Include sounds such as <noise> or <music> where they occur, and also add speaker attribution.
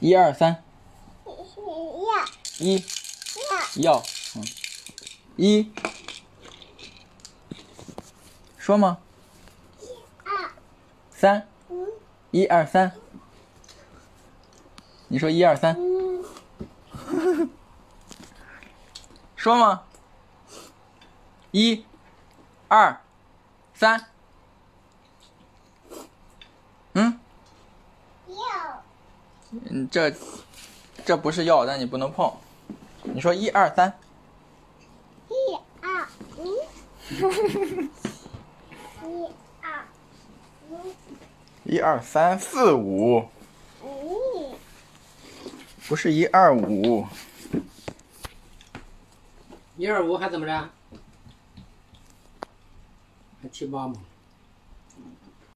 Speaker 1: 一二三，
Speaker 2: 要
Speaker 1: 一
Speaker 2: 要
Speaker 1: 要，嗯，一，说吗？
Speaker 2: 二
Speaker 1: 三，
Speaker 2: 五
Speaker 1: 一二三，你说一二三，
Speaker 2: 嗯
Speaker 1: <laughs> 说吗？一，二，三，嗯，
Speaker 2: 要
Speaker 1: 嗯，这这不是药，但你不能碰。你说一二三，
Speaker 2: 一二五，一二五
Speaker 1: 一二三四五，
Speaker 2: 五
Speaker 1: 不是一二五，
Speaker 3: 一二五还怎么着？还七八吗？